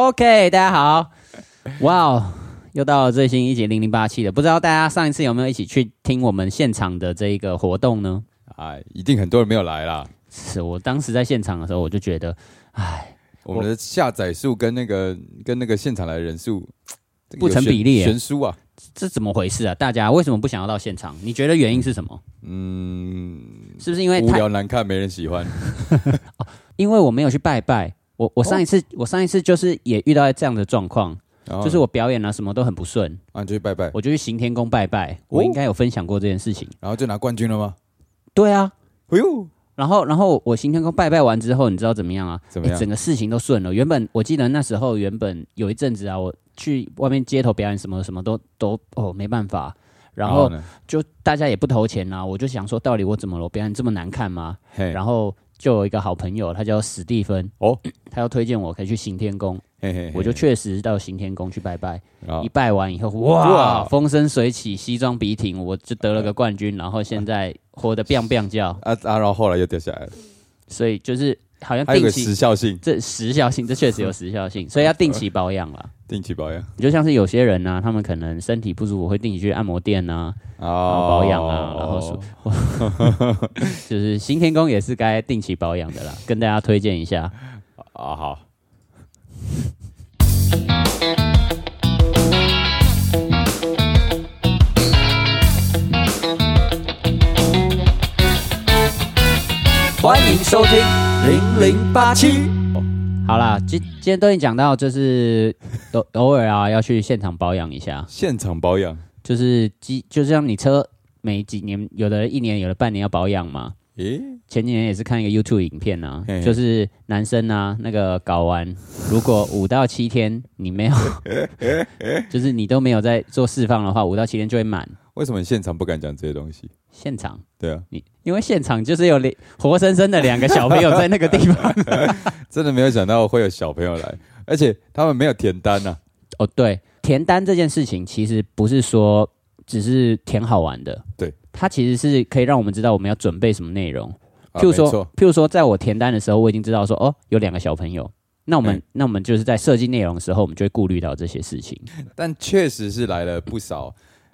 OK，大家好，哇哦，又到了最新一集零零八七了，不知道大家上一次有没有一起去听我们现场的这一个活动呢？哎，一定很多人没有来啦。是我当时在现场的时候，我就觉得，哎，我们的下载数跟那个跟那个现场来的人数这个不成有悬比例耶悬殊啊。这怎么回事啊？大家为什么不想要到现场？你觉得原因是什么？嗯，是不是因为无太聊难看，没人喜欢。因为我没有去拜拜？我我上一哦次、我上一次就是也遇到这样的状况，然后就是我表演啊什么都很不顺，啊，你就去拜拜，我就去行天宫拜拜，我哦应该有分享过这件事情。然后就拿冠军了吗？对啊，哎呦，然后，然后我行天宫拜拜完之后，你知道怎么样啊？怎么样诶整个事情都顺了。原本我记得那时候，原本有一阵子啊，我去外面街头表演什么什么都都哦没办法，然后呢？就大家也不投钱啦、我就想说，到底我怎么了？我表演这么难看吗？嘿，然后就有一个好朋友，他叫史蒂芬，哦，他要推荐我可以去行天宫，嘿嘿，嘿我就，确实到行天宫去拜拜。然后一拜完以后，哇，哇风生水起，西装笔挺，我就得了个冠军，然后现在活 得 biang biang 叫，啊啊，然后后来又掉下来了，所以就是好像还有定个期时效性，这时效性，这确实有时效 性，所以要定期保养啦。定期保养你就像是有些人呢、他们可能身体不舒服，会定期去按摩店呐、啊，保养啊然后说就是行天宫也是该定期保养的啦，跟大家推荐一下。啊好，欢迎收听零零八七，好啦，今今天都已经讲到，就是 偶偶尔啊要去现场保养一下，现场保养，就是机就像你车每几年，有的一年，有的半年要保养嘛。咦，前几年也是看一个 YouTube 影片啊嘿，嘿就是男生啊，那个睾丸，如果五到七天你 没有，就是你都没有在做释放的话，五到七天就会满为什么你现场不敢讲这些东西？现场。对啊，你因为现场就是有两活生生的两个小朋友在那个地 方。真的没有想到会有小朋友来，而且他们没有填单啊呐、哦，对，填单这件事情其实不是说只是填好玩的，对，它其实是可以让我们知道我们要准备什么内容。啊。譬如说没，错譬如说，在我填单的时候，我已经知道说，哦，有两个小朋友。那我们、嗯那我们就是在设计内容的时候，我们就会顾虑到这些事情。但确实是来了不少，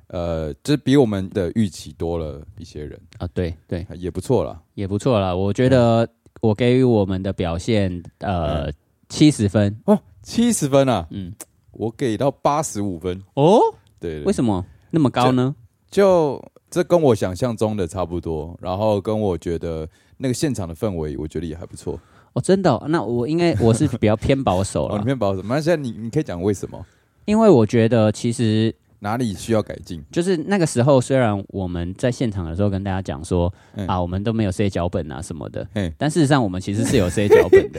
呃，这比我们的预期多了一些人，啊，对对，也不错啦。也不错了。我觉得我给予我们的表现，呃，七十分。哦，七十分啊，嗯，我给到八十五分。哦，对对为什么那么高呢？就这跟我想象中的差不多，然后跟我觉得那个现场的氛围，我觉得也还不错。哦，真的哦、那我应该我是比较偏保守 哦，了你，面保守，那现在你你可以讲为什么，因为我觉得其实哪里需要改进？就是那个时候，虽然我们在现场的时候跟大家讲说、嗯啊，我们都没有 C 脚本啊什么的嗯，但事实上我们其实是有 C 脚 本的，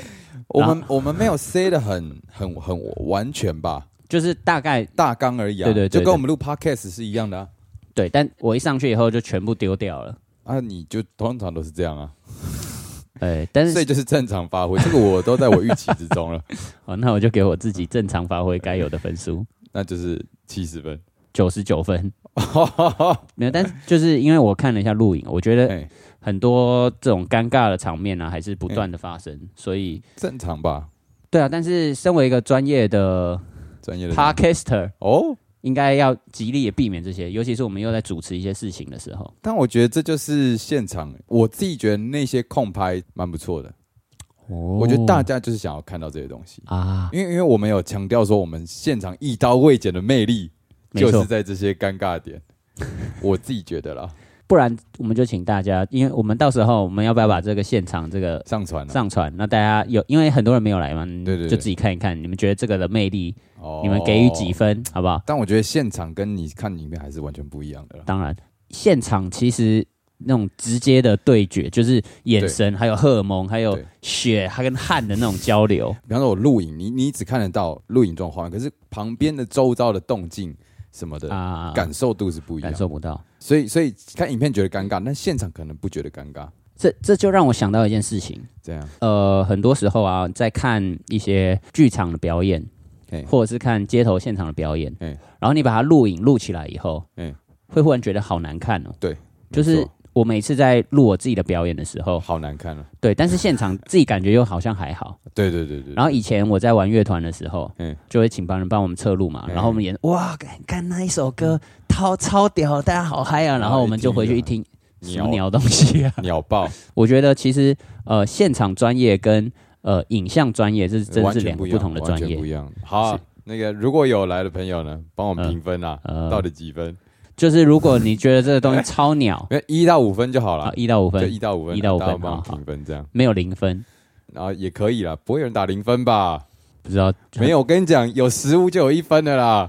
哦我们我们没有塞的很很很完全吧，就是大概大纲而已啊。对对对对就跟我们录 podcast 是一样的啊。对，但我一上去以后就全部丢掉了。啊，你就通常都是这样啊，哎，但所是以就是正常发挥，这个我都在我预期之中了，哦，那我就给我自己正常发挥该有的分数，那就是七 十分。九十九分。没有，但是就是因为我看了一下录影，我觉得哎，很多这种尴尬的场面啊，还是不断的发生，所以正常吧，对啊。但是身为一个专业的专业的人 podcaster，哦。应该要极力也避免这些，尤其是我们又在主持一些事情的时候。但我觉得这就是现场，我自己觉得那些空拍蛮不错的。哦，我觉得大家就是想要看到这些东西，啊，因为因为我们有强调说我们现场一刀未剪的魅力，没就错是在这些尴尬点。我自己觉得啦，不然我们就请大家，因为我们到时候我们要不要把这个现场这个上传了、上传？那大家有，因为很多人没有来嘛，你对对对就自己看一看，你们觉得这个的魅力，哦你们给予几？分，好不好？但我觉得现场跟你看影片还是完全不一样的啦。当然，现场其实那种直接的对决，就是眼神，还有荷尔蒙，还有对血，它跟汗的那种交流。比方说，我录影，你你只看得到录影状况，可是旁边的周遭的动静什么的，啊，感受度是不一样感。受不到。所以所以看影片觉得尴尬，但现场可能不觉得尴尬。这这就让我想到一件事情，这样，呃，很多时候啊，在看一些剧场的表演嘿，或者是看街头现场的表演，嘿然后你把它录影录起来以后，嗯会忽然觉得好难看哦。对，就没是错我每次在录我自己的表演的时候，好难看啊！对，但是现 场自己感觉又好像还 好。对对对对，然后以前我在玩乐团的时候，嗯嗯，就会请帮人帮我们测录嘛，嗯然后我们演，哇，看看那一首歌，超超屌，大家好嗨啊！然后我们就回去一听，什么鸟东西啊？鸟爆，我觉得其实呃，现场专业跟呃影像专业是 真完是全两个一不样，同的完专全不业。一样。好啊、那个如果有来的朋友呢，帮我们嗯评分啊，呃到底几分？就是如果你觉得这个 东西超鸟因为一到五分就好啊了，，一到五就分一到五分，一到五大家分帮我好好评分这样，没有零分，然后也可以啦，不会有人打零分吧？不知道没有，我跟你讲，有食物就有一分 的啦。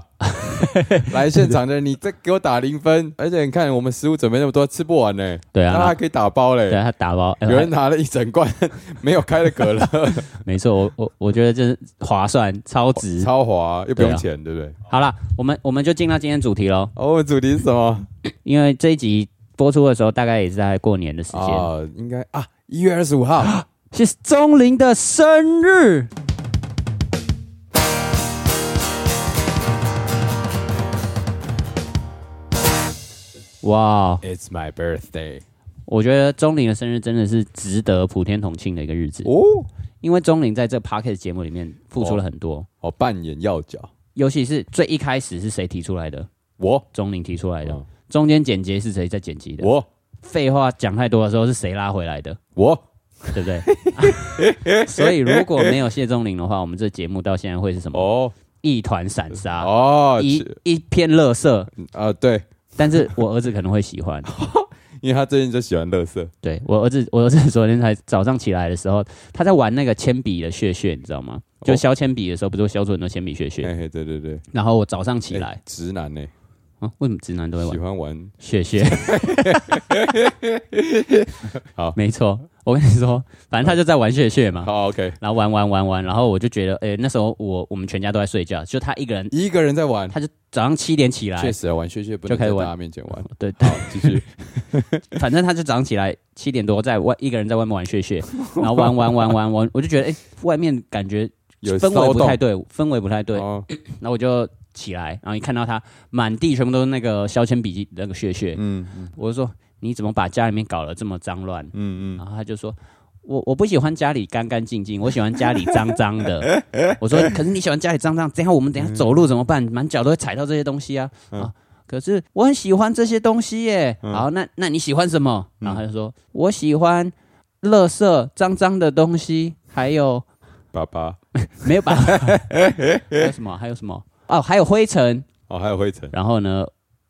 来现场的你再给我打零分，而且你看我们食物准备那么多，吃不完呢，对那啊还，可以打包对嘞。啊，他打包，哎有人拿了一整罐 没有开的可乐， 没错，我我我觉得这是划算，超值。哦超滑又不对用啊钱，对不对？ 好了，我们我们就进到今天主题喽。哦，主题是什么？因为这一集播出的时候，大概也是在过年的时间，啊，应该啊，一月二十五号，是钟林的生日。哇， It's my birthday。我觉得钟林的生日真的是值得普天同庆的一个日子，哦，因为钟林在这 p o c k e t 节目里面付出了很多，我扮演要角，尤其是最一开始是谁提出来的？我钟林提出来的，嗯中间剪辑是谁在剪辑的？我废话讲太多的时候是谁拉回来的？我对不对？ 所以如果没有谢钟林的话，我们这节目到现在会是什么？哦一团散沙，哦啊一去一片乐色。啊，对，但是我儿子可能会喜欢， 因为他最近就喜欢乐色，对我儿子，我儿子昨天才早上起来的时候，他在玩那个铅笔的屑屑，你知道吗？哦就削铅笔的时候，不是会削出很多铅笔屑屑？嘿嘿，对对对，然后我早上起来哎，直男呢，啊，为什么直男都会喜玩欢玩屑屑？ 好没错，我跟你说，反正他就在玩屑屑嘛，好哦 OK，然后玩玩玩玩，然后我就觉得，哎，那时候我我们全家都在睡觉，就他一个人，一个人在玩，他就早上七点起来，确实啊玩，确确不就能开在始大玩家面前玩，对，好，继 续，反正他就早上起来七点多在外一个人在外面玩雪雪，然后玩玩玩玩玩，我就觉得哎、诶外面感觉有氛围骚不动太，对，氛围不太对，然哦后我就起来，然后一看到他满地全部都是那个削铅笔那个雪雪，嗯嗯我就说你怎么把家里面搞得这么脏乱？嗯然后他就说。我我不喜欢家里干干净净，我喜欢家里脏脏 的。我说，可是你喜欢家里脏脏，等一下我们等一下走路怎么办？满脚都会踩到这些东西啊、嗯啊！可是我很喜欢这些东西耶。嗯好，那那你喜欢什么？嗯然后他就说，我喜欢垃圾、脏脏的东西，还有嗯，爸爸，没有 吧？还有什么？还有什么？哦，还有灰尘。哦，还有灰尘，然后呢，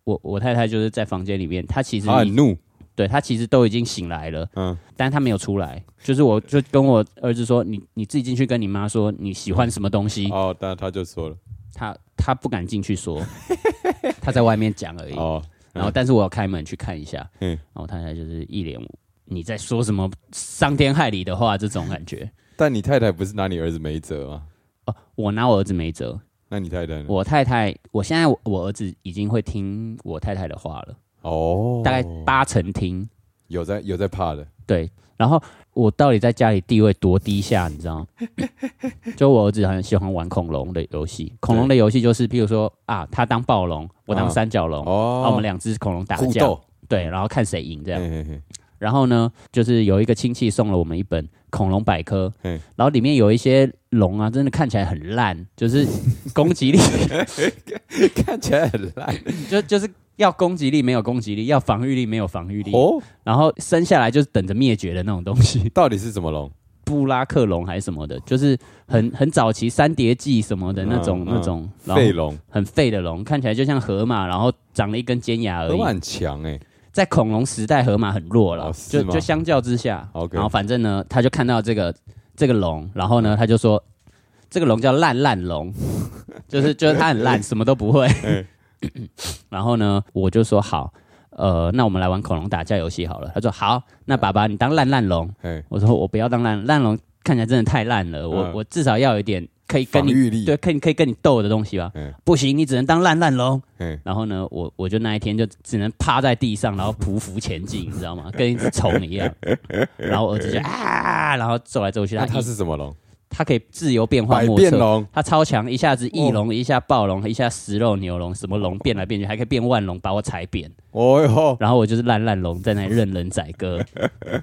我我太太就是在房间里面，她其实他已很啊怒，对她其实都已经醒来了。嗯，但他没有出来，就是我就跟我儿子说，你你自己进去跟你妈说你喜欢什么东西，哦，但他就说了，他他不敢进去说，他在外面讲而已。哦，然后，但是我要开门去看一下，嗯嗯，然后太太就是一脸你在说什么伤天害理的话这种感觉。但你太太不是拿你儿子没辙吗？哦，我拿我儿子没辙，那你太太呢？我太太，我现在我我儿子已经会听我太太的话了，哦，大概八成听。有在有在怕的，对，然后我到底在家里地位多低下，你知道吗？ 就我儿子很喜欢玩恐龙的游戏，恐龙的游戏就是，譬如说啊，他当暴龙，我当啊三角龙，哦，那我们两只恐龙打互架，斗，嗯对，然后看谁赢这样。嘿嘿嘿，然后呢，就是有一个亲戚送了我们一本《恐龙百科》嗯，然后里面有一些龙啊，真的看起来很烂，就是攻击力， 看起来很烂就就是要攻击力没有攻击力，要防御力没有防御力，哦。然后生下来就是等着灭绝的那种 东西。到底是什么龙？布拉克龙还是什么的，就是很很早期三叠纪什么的那种、嗯嗯那种，然后废龙，很废的龙，看起来就像河马，然后长了一根尖牙而河马已。很强哎，在恐龙时代，河马很弱了，哦是就吗就相较之下 OK 然后反正呢，他就看到这个这个龙，然后呢，他就说这个龙叫烂烂 龙，就是就是它很烂，什么都不会。哎 然后呢，我就说好，呃，那我们来玩恐龙打架游戏好了。他说好，那爸爸你当烂烂龙，哎，我说我不要当烂烂龙，看起来真的太烂了，我、嗯我至少要有一点可以跟防你御力，对，可以可以跟你斗的东西吧。嗯不行，你只能当烂烂龙。哎，然后呢，我我就那一天就只能趴在地上，然后匍匐前进，你知道吗？跟一只虫一样。然后我儿子就啊，然后走来走去，那他它一是什么龙？他它可以自由变化百莫变哦测，龙，它超强，一下子翼龙，一下暴龙，一下食肉牛龙，什么龙变来变去，还可以变万龙，把我踩扁。哦哟，然后我就是烂烂龙在那里任人宰割，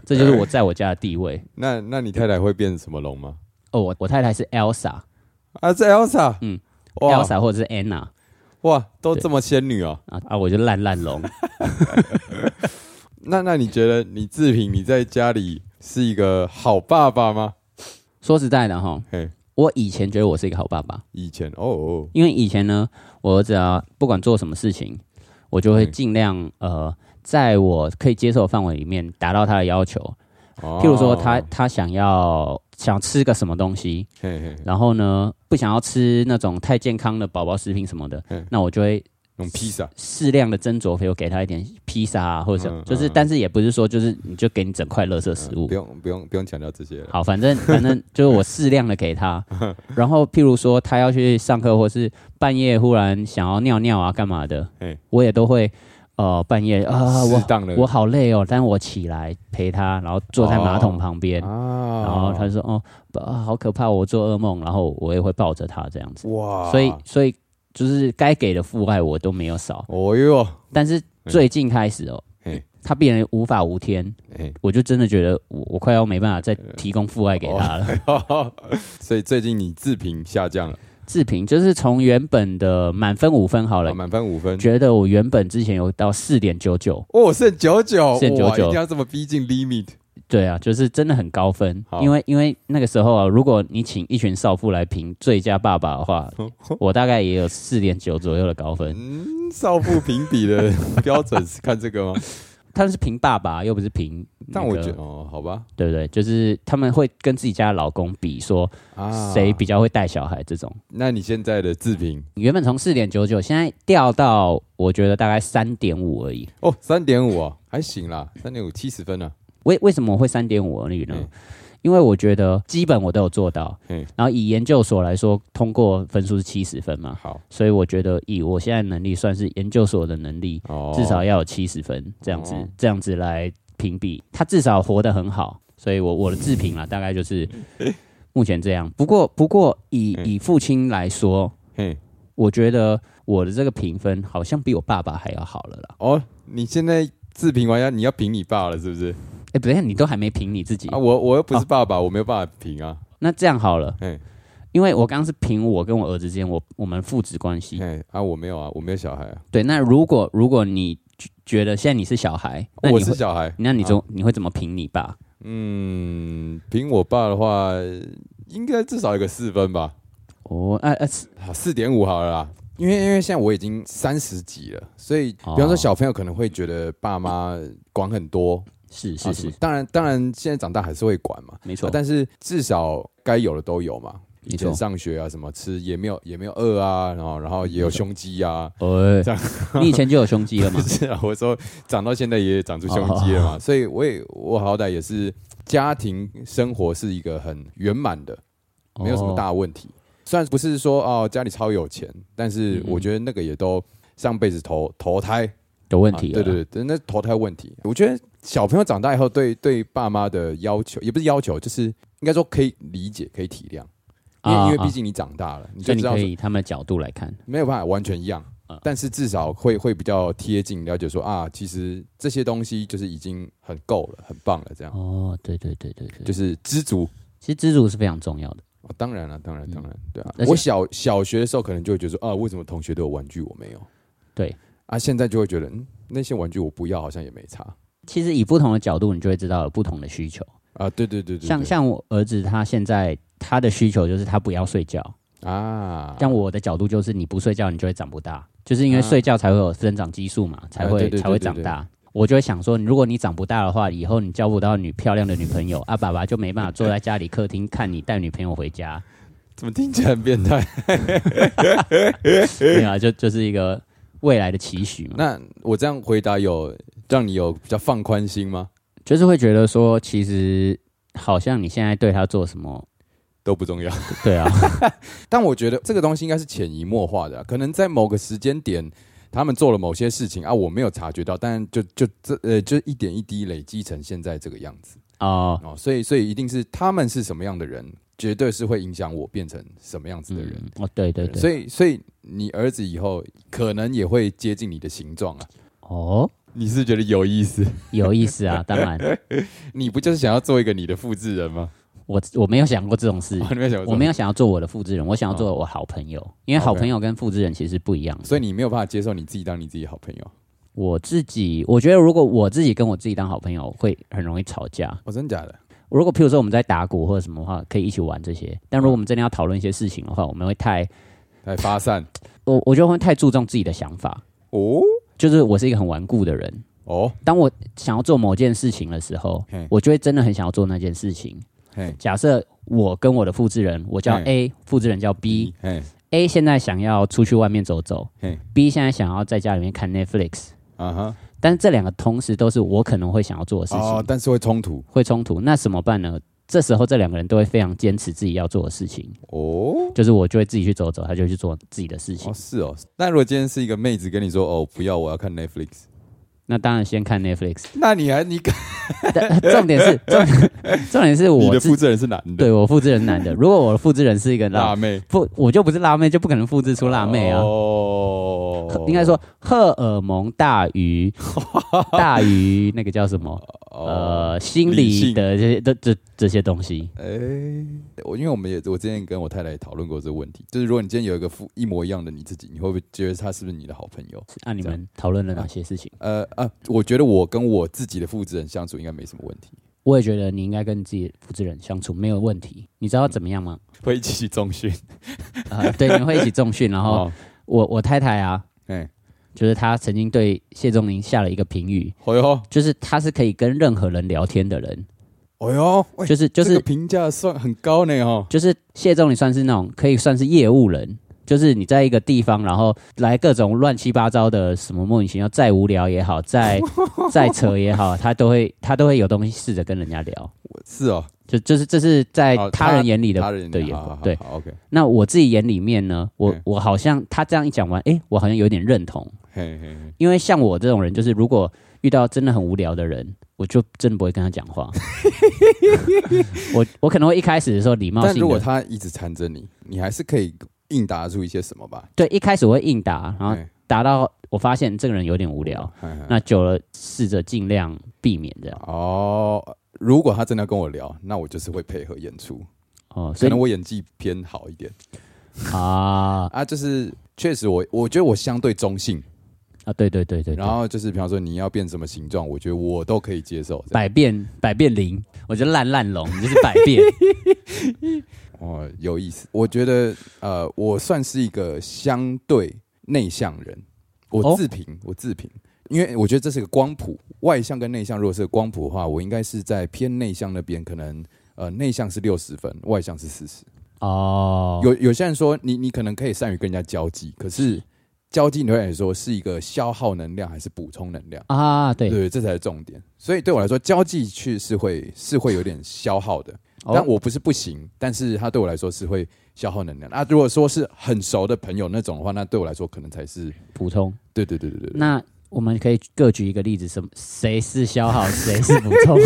这就是我在我家的地位。那那你太太会变什么龙吗？哦，我我太太是 Elsa，Elsa 啊，这 Elsa，嗯哇或者是 Anna 哇，都对这么仙女哦。啊啊，我就烂烂龙。那那你觉得你志平你在家里是一个好爸爸吗？说实在的哈嘿，我以前觉得我是一个好爸爸，以前哦哦，因为以前呢，我只要不管做什么事情，我就会嗯尽量呃，在我可以接受的范围里面达到他的要求。哦譬如说他，他想要想吃个什么东西，嘿嘿，嘿然后呢不想要吃那种太健康的宝宝食品什么的嗯，那我就会用披萨，适量的斟酌，比如给他一点披萨啊，或者什么，嗯就是，嗯但是也不是说就是你就给你整块垃圾食嗯物不。用不用不用强调这些了。好，反正反正就是我适量的给 他，然后譬如说他要去上课，或是半夜忽然想要尿尿啊干嘛的嘿，我也都会呃半夜啊适我当的我好累哦，但我起来陪他，然后坐在马桶旁边，啊然后他就说哦不啊好可怕，我做噩梦，然后我也会抱着他这样子，哇，所以所以就是该给的父爱我都没有少，哦哟，但是最近开始哦嘿，他变得无法无天，哎，我就真的觉得我我快要没办法再呃提供父爱给他了。所以最近你自评下降了，志平就是从原本的满分五分好了啊，满分五分，觉得我原本之前有到四点九九，哦，剩九九，剩哇99一定要这么逼近 limit，对啊，就是真的很高分好。因为因为那个时候啊，如果你请一群少妇来评最佳爸爸的 话，我大概也有四点九左右的高分。嗯，少妇评比的 标准是看这个吗？他们是评爸爸，又不是评、那但个我觉得，哦，好吧，对不对？就是他们会跟自己家的老公比，说啊谁比较会带小孩这种。那你现在的自评原本从四点九九，现在掉到我觉得大概三点五而已。哦，三点五啊，还行啦，三点五七十分呢、为为什么我会三点五而已呢嗯？因为我觉得基本我都有做到嗯，然后以研究所来说，通过分数是七十分嘛，好所以我觉得以我现在能力算是研究所的能力，哦，至少要有七十分这样子哦，这样子来评比，他至少活得很好，所以我我的自评啦，大概就是目前这样。不过不过以嗯以父亲来说，嘿我觉得我的这个评分好像比我爸爸还要好了啦。哦，你现在自评完要你要评你爸了是不是？哎，不对，你都还没评你自己啊，，我我又不是爸爸，我没有办法评啊，那这样好了。嘿因为我刚刚是凭我跟我儿子之间，我我们父子关系。嘿啊，我没有啊，我没有小孩啊，对，那如果如果你觉觉得现在你是小孩，那哦我你是啊会，小孩，那你怎、你会怎么评你爸？嗯，评我爸的话，应该至少有个四分吧，哦，啊啊，是好，四点五好了啦。因为因为现在我已经三十几了，所以比哦方说小朋友可能会觉得爸妈管很多，是啊哦是什么是，当然当然现在长大还是会管嘛，没错啊但是至少该有的都有嘛。以没前错。上学啊，什么吃也没有也没有饿啊，然后然后也有胸肌啊，哎这样，你以前就有胸肌了吗不？是啊，我说长到现在也长出胸肌哦了嘛，所以我也我好歹也是家庭生活是一个很圆满的， 没有什么哦。大问题。虽然不是说哦家里超有钱，但是嗯我觉得那个也都上辈子投投胎有问题啊了、对对对，那是投胎问题。我觉得小朋友长大以后对对爸妈的要求，也不是要求，就是应该说可以理解，可以体谅，因为、啊因为啊毕竟你长大了，你所就以知你道可说以以他们的角度来看，没有办法完全一样啊，但是至少会会比较贴近了解说啊，其实这些东西就是已经很够了，很棒了，这样哦，对对对对对，就是知足。其实知足是非常重要的。哦、当然了，当然，当然，对啊嗯而。且我小小学的时候可能就会觉得说啊，为什么同学都有玩具我没有？对啊，现在就会觉得嗯，那些玩具我不要，好像也没差其实以不同的角度，你就会知道有不同的需求。啊。对对对对，像对像我儿子，他现在他的需求就是他不要睡觉，啊，但我的角度就是，你不睡觉，你就会长不大，就是因为睡觉才会有生长激素嘛，才啊对会对对才会对长对大。我就会想说，如果你长不大的话，以后你交不到女漂亮的女朋友，啊，爸爸就没办法坐在家里客厅看你带女朋友回 家，怎么听起来很变态？ 哎对啊，就就是一个未来的期许嘛。那我这样回答有让你有比较放宽心吗？就是会觉得说，其实好像你现在对他做什么，都不重要。对啊，但我觉得这个东西应该是潜移默化的啊、可能在某个时间点，他们做了某些事情啊，我没有察觉到，但就就这呃，就一点一滴累积成现在这个样子 哦，哦，所以所以一定是他们是什么样的人，绝对是会影响我变成什么样子的人。嗯，哦，对对对，所以以所以你儿子以后可能也会接近你的形状啊。哦，你是觉得有意思？有意思啊，当 然，你不就是想要做一个你的复制人吗？我我没有想过这种事啊，，你没有想过这种我没有想要做我的复制人，我想要做我好朋友，因为好哦 OK 朋友跟复制人其实不一样的。所以你没有办法接受你自己当你自己好朋友。我自己，我觉得如果我自己跟我自己当好朋友，会很容易吵架。哦，真的假的？如果譬如说我们在打鼓或者什么的话，可以一起玩这些。但如果我们真的要讨论一些事情的话，我们会太来发散我我就会太注重自己的想法，哦就是我是一个很顽固的人。哦，当我想要做某件事情的时候嘿，我就会真的很想要做那件事情。嘿假设我跟我的复制人，我叫嗯 A，复制人叫 B。嘿 A 现在想要出去外面走走嘿，B 现在想要在家里面看 Netflix，啊哈但是这两个同时都是我可能会想要做的事情，哦，但是会冲突会冲突，那怎么办呢？这时候这两个人都会非常坚持自己要做的事情，哦就是我就会自己去走走，他就去做自己的事情。哦是哦。那如果今天是一个妹子跟你说哦不要我要看 Netflix，那当然先看 Netflix， 那你还你敢但重点 是重点重点是你我的自复制人是男的对我复制人是男的，如果我的复制人是一个辣辣妹不，我就不是辣妹，就不可能复制出辣妹啊。哦呵应该说荷尔蒙大 于大于那个叫什么哦呃心理的这些这这这些东西，哎，我因为我们也我之前跟我太太也讨论过这个问题，就是如果你今天有一个复一模一样的你自己，你会不会觉得他是不是你的好朋友？那、你这样们讨论了哪些事情？呃啊，我觉得我跟我自己的复制人相处应该没什么问 题，我也觉得你应该跟自己的复制人相处没有问题，你嗯知道怎么样吗？会一起中训。啊，对，你们会一起重训。然后哦，我我太太啊，哎，就是她曾经对谢宗宁下了一个评语，哎呦，就是她是可以跟任何人聊天的人，哎呦，喂，就是就这是个评价算很高呢哦。就是谢宗宁算是那种可以算是业务人。就是你在一个地方，然后来各种乱七八糟的什么莫名其妙，再无聊也好， 再再扯也好，他都会他都会有东西试着跟人家聊，是哦，就就是这是在哦他他人眼里的他人的眼好好光，好对。好，OK，那我自己眼里面呢，我嗯我好像他这样一讲完，诶，我好像有点认同，嘿嘿嘿，因为像我这种人，就是如果遇到真的很无聊的人，我就真的不会跟他讲 话。我我可能会一开始的时候礼貌但性如果的，他一直缠着你，你还是可以应答出一些什么吧？对，一开始我会硬打，然后嘿打到我发现这个人有点无聊，嘿嘿那久了试着尽量避免这样。哦，如果他真的要跟我聊，那我就是会配合演出，哦，所可以能我演技偏好一点啊啊，就是确实我我觉得我相对中性，啊，对对对对对然后就是比方说你要变什么形状，我觉得我都可以接受。这样百变百变灵，我就烂烂龙，你就是百变。 哦，有意思。我觉得呃，我算是一个相对内向人，哦我自评，我自评，因为我觉得这是个光谱，外向跟内向如果是个光谱的话，我应该是在偏内向那边，可能呃内向是六十分，外向是四十。哦，有有些人说你你可能可以善于跟人家交际，可是交际对你来说是一个消耗能量还是补充能量？啊，对，对，这才是重点。所以对我来说，交际去是会是会有点消耗的。哦但我不是不行，但是它对我来说是会消耗能量。那、如果说是很熟的朋友那种的话，那对我来说可能才是普通。对对对对对对。那我们可以各举一个例子，什么谁是消耗，谁是补 充？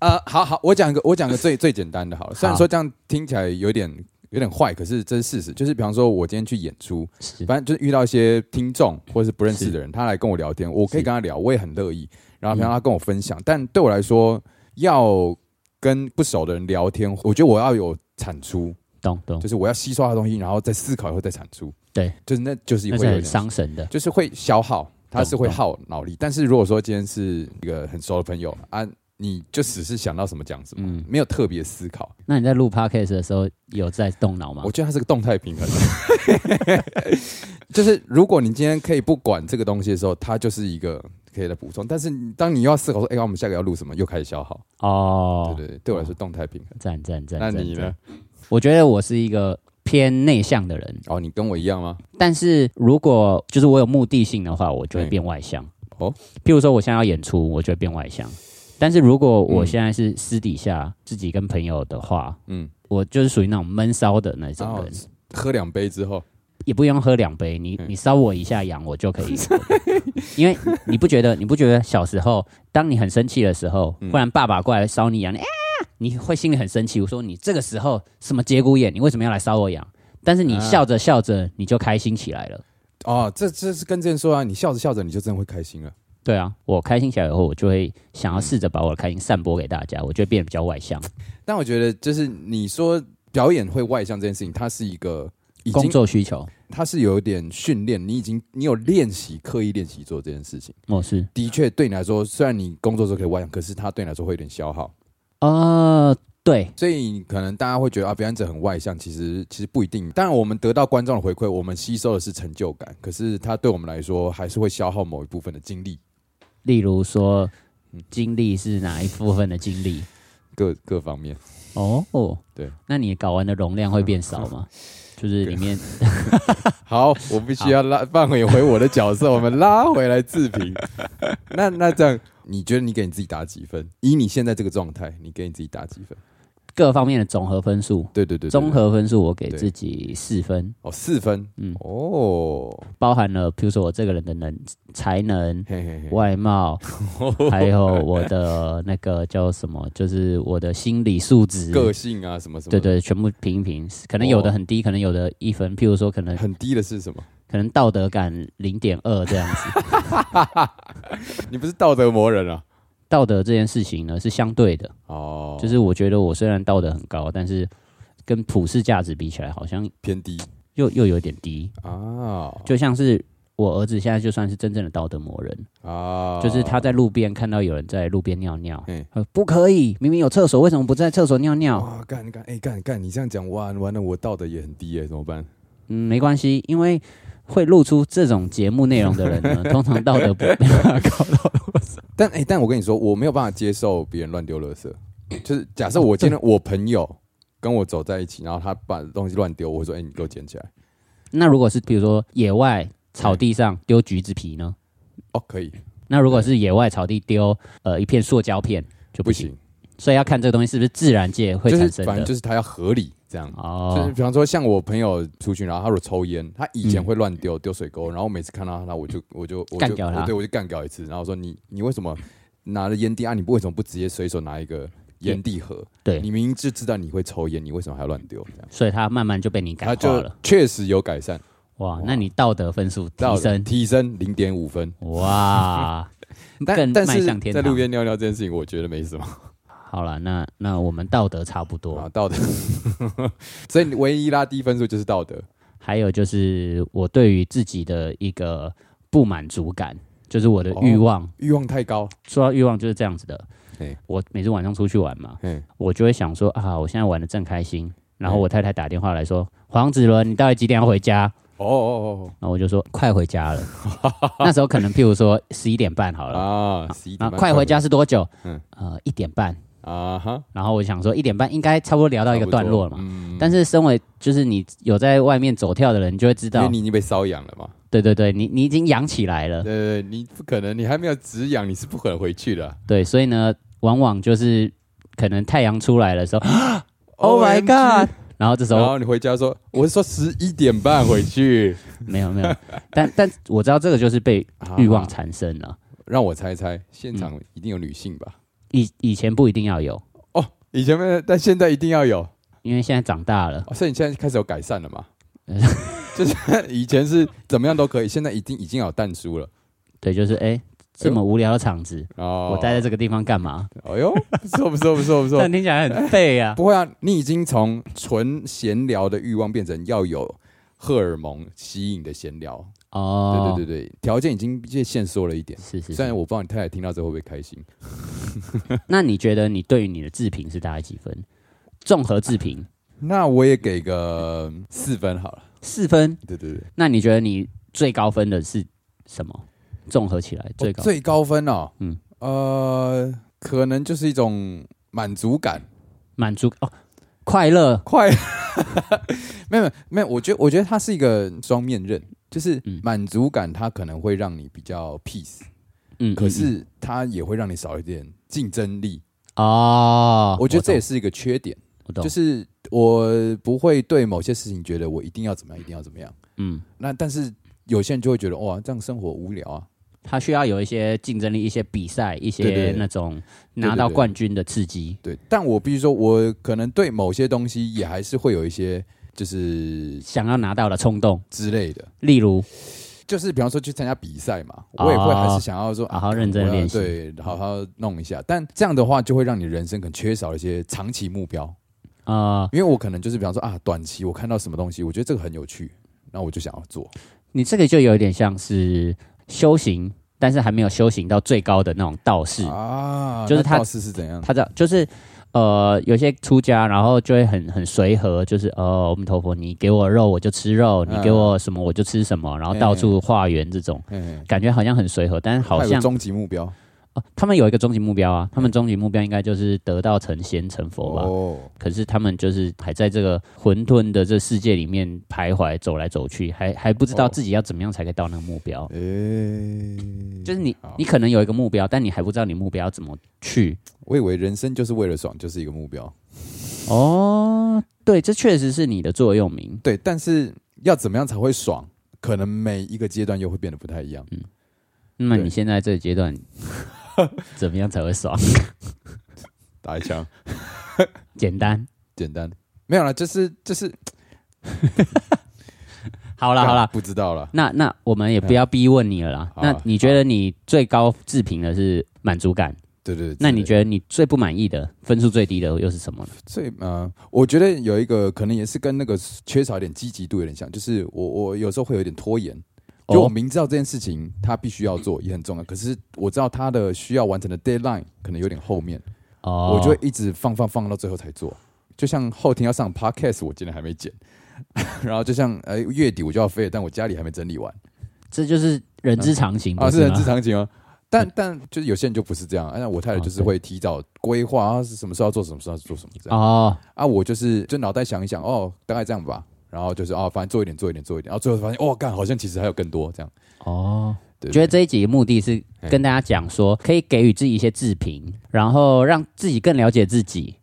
呃，好好，我讲一个我讲个最最简单的好了。虽然好说这样听起来有点有点坏，可是这是事实。就是比方说，我今天去演出，是反正就是遇到一些听众或是不认识是的人，他来跟我聊天，我可以是跟他聊，我也很乐意。然后平常他跟我分享，但对我来说，要跟不熟的人聊天，我觉得我要有产出，懂懂就，是我要吸收他的东西，然后再思考以后再产出。对，就是那就是那会是有很点伤神的。就是会消耗，它是会懂耗脑力。但是如果说今天是一个很熟的朋友啊，你就只是想到什么讲什么，嗯没有特别思考。那你在录 podcast 的时候有在动脑吗我？觉得它是个动态平衡， 就是如果你今天可以不管这个东西的时候，它就是一个可以来补充。但是你当你又要思考说，哎、我们下个要录什么，又开始消耗。哦，对对对，对我来说动态平衡。赞赞赞。那赞你呢？？赞我觉得我是一个偏内向的人，哦，你跟我一样吗？但是如果就是我有目的性的话，我就会嗯变外向。哦，譬如说我现在要演出，我就会变外向。但是如果我嗯现在是私底下自己跟朋友的话，嗯，我就是属于那种闷骚的那种哦人。喝两杯之后，也不用喝两杯，你嗯你烧我一下痒，我就可以。 因为你不觉得你不觉得小时候，当你很生气的时候，嗯忽然爸爸过来烧你痒，你啊，你会心里很生气。我说你这个时候什么节骨眼，你为什么要来烧我痒？但是你啊笑着笑着，你就开心起来了。哦，这这是跟之前说啊，你笑着笑着你就真的会开心了。对啊，我开心起来以后，我就会想要试着把我的开心散播给大家，我就会变得比较外向。但我觉得就是你说表演会外向这件事情，它是一个已工经作需求，它是有点训练，你已经你有练习刻意练习做这件事情。我是的确对你来说，虽然你工作的时候可以外向，可是它对你来说会有点消耗。哦，对，所以可能大家会觉得啊，表演者很外向，其实其实不一定。当然，我们得到观众的回馈，我们吸收的是成就感，可是它对我们来说还是会消耗某一部分的精力，例如说，经历是哪一部分的经历？各各方面。哦哦，对，那你睾丸的容量会变少 吗？就是里面好，我必须要拉放回回我的角色，我们拉回来自 评。那那这样，你觉得你给你自己打几分？以你现在这个状态，你给你自己打几分？各方面的总和分数，对对对对对综合分数我给对自己四分，哦，四分。嗯哦，包含了比如说我这个人的能才能、嘿嘿嘿，外 貌，还有我的那个叫什么，就是我的心理素质。个性啊什么什么，对，对，全部评一评，可能有的很低，可能有的一分。譬如说，可能很低的是什么？可能道德感零点二这样 子。你不是道德魔人啊？道德这件事情呢是相对的，哦，就是我觉得我虽然道德很高，但是跟普世价值比起来，好像偏低又又有点低。啊就像是我儿子现在就算是真正的道德魔人，啊，就是他在路边看到有人在路边尿尿，嗯他说不可以，明明有厕所，为什么不在厕所尿尿？哇，干干哎干干，你这样讲哇，完了我道德也很低耶，怎么办？嗯，没关系，因为会露出这种节目内容的人 呢，通常道德不没办法高到但哎、但我跟你说，我没有办法接受别人乱丢垃圾。就是假设我今哦天我朋友跟我走在一起，然后他把东西乱丢，我会说：“哎、你给我捡起来。那如果是比如说野外草地上丢橘子皮呢？”哦，可以，那如果是野外草地丢呃一片塑胶片就不不行，行，所以要看这个东西是不是自然界会就是产生反正的。就是他要合理这样。就是哦，比方说，像我朋友出去，然后他如果抽烟，他以前嗯会乱丢丢水沟，然后我每次看到他，我就我就我干就掉他我对我就干掉一次，然后说你你为什么拿了烟蒂啊？你不为什么不直接随手拿一个烟蒂盒？对你明明就知道你会抽烟，你为什么还要乱丢？这样所以它慢慢就被你他感化就了。确实有改善，哇，那你道德分数到提升，提升零点五分。哇， 但更但迈是向天在堂。路边尿尿这件事情，我觉得没什么好了，那那我们道德差不多，啊，道德。 所以你唯一拉低分数就是道德。还有就是我对于自己的一个不满足感，就是我的欲望。欲望太高，说到欲望就是这样子的哦嘿，我每次晚上出去玩嘛，嗯，我就会想说啊，我现在玩的正开心，然后嗯我太太打电话来说，黄子伦，你到底几点要回家？哦哦然后我就说快回家 了。那时候可能譬如说十一点半好哦了，哦啊，十一然后点半快回家是多久？嗯呃，一点半。啊哈，然后我想说一点半应该差不多聊到一个段落了嘛。嘛但是身为就是你有在外面走跳的人，你就会知因为道，你已经被瘙痒了嘛，对对对，你你已经养起来了对，对对，你不可能，你还没有止痒，你是不可能回去的。对，所以呢，往往就是可能太阳出来的时候 ，Oh my OMG God！然后这时然候后你回家说，我是说十一点半回去，没有没有，但但我知道这个就是被 欲望嗯啊产生了。让我猜猜，现场一定有女性吧？以以前不一定要有，哦，以前没有，但现在一定要有。因为现在长大了，哦所以你现在开始有改善了嘛 嗯？ 就是以前是怎么样都可以，现在一定已经有淡出了。对，就是哎、这么无聊的场子，哦，我待在这个地方干嘛？哎呦，不错不错不错不错 但，听起来很废啊。 不会啊，你已经从纯闲聊的欲望变成要有荷尔蒙吸引的闲聊。哦，对对对对，条件已经被限缩了一点。是是虽然是。我不知道你太太听到这会不会开心，那你觉得你对于你的自评是大概几分？综合自评那我也给个四分好了。四分，对对对，那你觉得你最高分的是什么？综合起来最哦高、最高分哦，嗯嗯呃，可能就是一种满足感。满足哦，快乐快， 没有没有没有，我觉得我觉得它是一个双面刃，就是嗯满足感，它可能会让你比较 peace，、嗯，可嗯是它也会让你少一点竞争力。嗯哦，我觉得这也懂是一个缺点。我懂，就是我不会对某些事情觉得我一定要怎么样，一定要怎么样。嗯，那但是有些人就会觉得哇，这样生活无聊啊。他需要有一些竞争力、一些比赛、一对对些对那种对拿对到对冠军的刺激。对，但我必须说，我可能对某些东西也还是会有一些就是想要拿到的冲动，之类的，例如就是比方说去参加比赛嘛，哦我也会还是想要说啊好好认真我要练习对，好好弄一下。但这样的话，就会让你人生可能缺少一些长期目标，呃，因为我可能就是比方说啊，短期我看到什么东西，我觉得这个很有趣，那我就想要做。你这个就有点像是修行，但是还没有修行到最高的那种道士，啊，就是那他道士是怎样？他叫就是。呃，有些出家，然后就会很很随和，就是呃，我们头佛，你给我肉我就吃肉，嗯你给我什么我就吃什么，然后到处化缘这种，嗯，感觉好像很随和，但是好他有个像、终极目标哦他们有一个终极目标啊，他们终极目标应该就是得道成仙成佛吧，哦，可是他们就是还在这个混沌的这世界里面徘徊，走来走去，还还不知道哦自己要怎么样才可以到那个目哎标。诶，就是你好，你可能有一个目标，但你还不知道你目标要怎么去。我以为人生就是为了爽，就是一个目标。哦，对，这确实是你的座右铭。对，但是要怎么样才会爽？可能每一个阶段又会变得不太一样。那么对你现在这个阶 段怎么样才会爽？ 打一枪，简单。简单，没有啦，就是就是，好好了好了，不知道了。那那我们也不要逼问你了啦。好啊那你觉得你最高自评的是满足感？对对对，那你得觉得你最不满意的分数最低的又是什么呢？最呃，我觉得有一个可能也是跟那个缺少一点积极度有点像，就是我我有时候会有点拖延。哦就我明知道这件事情它必须要做也很重要，可是我知道它的需要完成的 deadline 可能有点后面，哦我就会一直放放放到最后才做。就像后天要上 podcast，我今天还没剪， 然后就像呃月底我就要飞了，但我家里还没整理完这就是人之常情啊，不是哦是很吗正 常情啊。但但就是有些人就不是这样，啊那我太太哦就是会提早规划啊，是什么时候要做什么时候要做什么这样哦，啊，我就是就脑袋想一想，哦，大概这样吧，然后就是哦，反正做一点做一点做一点，然后最后发现哦，干好像其实还有更多这样，哦，对觉得这一集的目的是嗯跟大家讲说，可以给予自己一些自评，然后让自己更了解自己。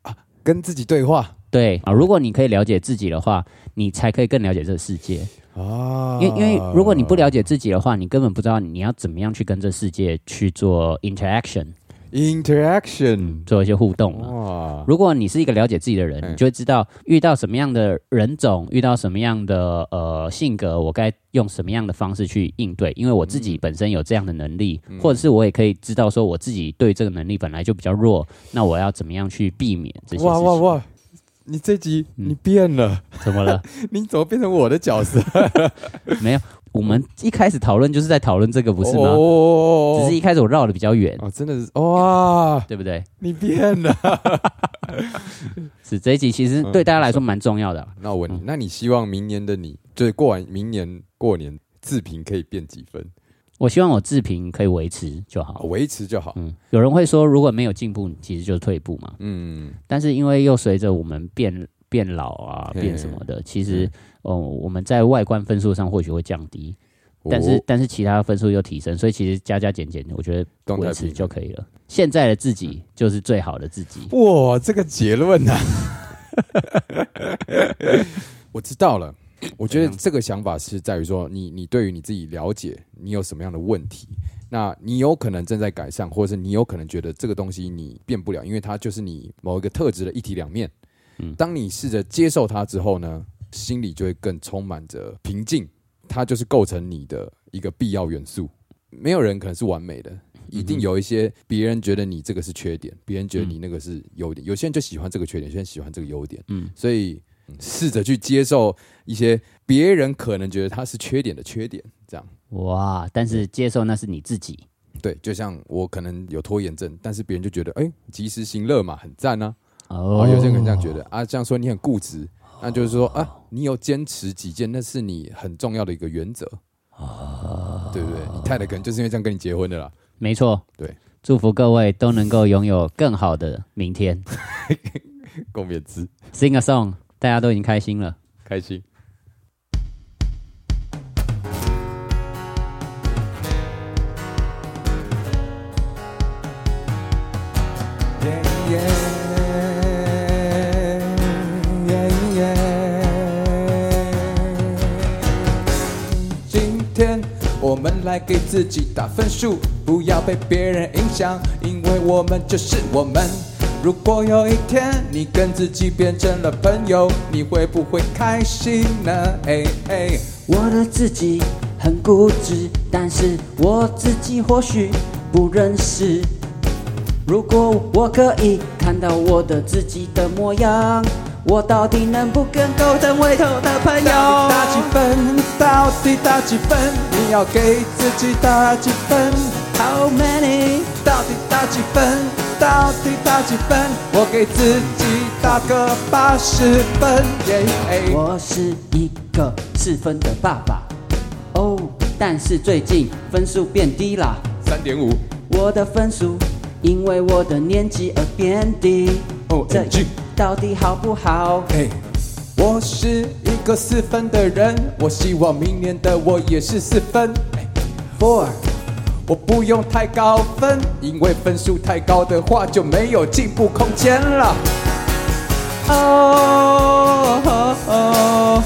跟自己对话对啊，如果你可以了解自己的话，你才可以更了解这个世界。啊因为因为如果你不了解自己的话，你根本不知道你要怎么样去跟这世界去做 interaction， interaction 做一些互动啊嘛。哇，如果你是一个了解自己的人，嗯你就会知道遇到什么样的人种，遇到什么样的呃性格，我该用什么样的方式去应对。因为我自嗯己本身有这样的能力，或者是我也可以知道说我自己对这个能力本来就比较弱，那我要怎么样去避免这些事情？哇哇哇！你这集嗯你变了，怎么 了？你怎么变成我的角色？没有，我们一开始讨论就是在讨论这个，不是吗？哦只是一开始我绕的比较远，哦，真的是哇，对不对？你变 了。是这一集其实嗯对大家来说蛮重要的啊、那我问你，那你希望明年的你，就是过完明年过年自评可以变几分？我希望我自评可以维持就啊好。维持就好。嗯，有人会说，如果没有进步，你其实就是退步嘛。嗯，但是因为又随着我们变变老啊，嘿变什么的，其实哦，我们在外观分数上或许会降低，但是、哦但是其他分数又提升，所以其实加加减减，我觉得动态维平持衡就可以了。现在的自己嗯就是最好的自己。哇，这个结论啊呐、 我知道了。我觉得这个想法是在于说，你你对于你自己了解，你有什么样的问题，那你有可能正在改善，或者是你有可能觉得这个东西你变不了，因为它就是你某一个特质的一体两面。嗯当你试着接受它之后呢，心里就会更充满着平静，它就是构成你的一个必要元素。没有人可能是完美的，一嗯定有一些别人觉得你这个是缺点，别人觉得你那个是优点。有些人就喜欢这个缺点，有些人喜欢这个优点。嗯，所以嗯试着去接受一些别人可能觉得它是缺点的缺点，这样。哇！但是接受那是你自己。对，就像我可能有拖延症，但是别人就觉得，哎、及时行乐嘛，很赞啊。然哦后有些人可能这样觉得、啊，这样说你很固执，那就是说啊，你有坚持己见，那是你很重要的一个原则，啊对不对？你太太可能就是因为这样跟你结婚的啦。没错，对，祝福各位都能够拥有更好的明 天。共勉之， Sing a song，大家都已经开心了。开心。 Yeah, yeah. 天，我们来给自己打分数，不要被别人影响，因为我们就是我们。如果有一天你跟自己变成了朋友，你会不会开心呢？哎哎，我的自己很固执，但是我自己或许不认识。如果我可以看到我的自己的模样，我到底能不能够成为头的到朋底打几友？分？到底打几分？你要给自己打几分？How many？到底打几分？到底打几分？我给自己打个八十分。耶、哎我是一个四分的爸爸，哦，但是最近分数变低啦。三点五。我的分数因为我的年纪而变低。 OMG 这到底好不好？哎，我是一个四分的人，我希望明年的我也是四分。哎 Four，我不用太高分，因为分数太高的话就没有进步空间了。哦哦哦，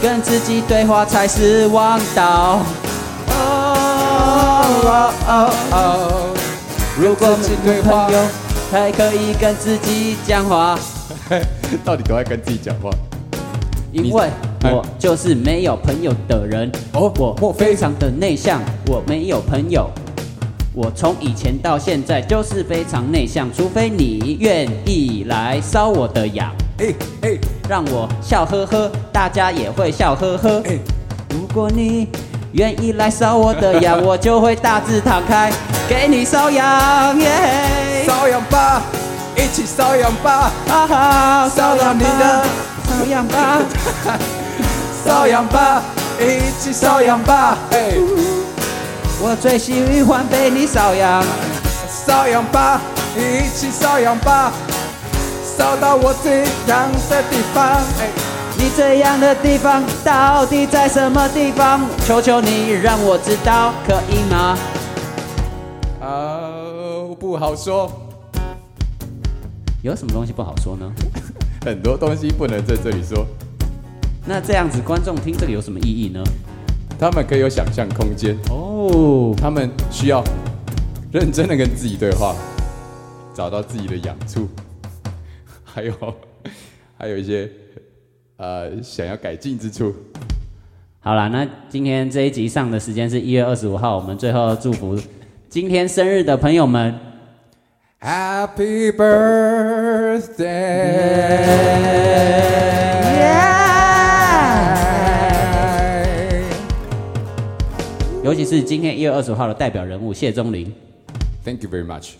跟自己对话才是王道。哦哦哦，啊呃如果自己对话朋，友才可以跟自己讲话，到底都在跟自己讲话？因为哎我就是没有朋友的人。哦莫我非非常的内向，我没有朋友。我从以前到现在就是非常内向，除非你愿意来搔我的痒。哎哎让我笑呵呵，大家也会笑呵呵。哎，如果你愿意来搔我的痒，我就会大字躺开，给你搔痒耶！瘙痒吧，一起瘙痒吧，啊哈，搔到你的搔痒吧，瘙痒吧，一起瘙痒吧，哎，我最喜欢被你搔痒。瘙痒吧，一起瘙痒吧，瘙到我最痒的地方，哎。你这样的地方到底在什么地方？求求你让我知道，可以吗？啊，不好说，有什么东西不好说呢？很多东西不能在这里说，那这样子观众听这个有什么意义呢？他们可以有想象空间，哦，他们需要认真的跟自己对话，找到自己的痒处，还有还有一些呃想要改进之处。好啦，那今天这一集上的时间是一月二十五号，我们最后祝福今天生日的朋友们。 Happy birthday！尤其是今天一月二十号的代表人物谢钟林。 Thank you very much.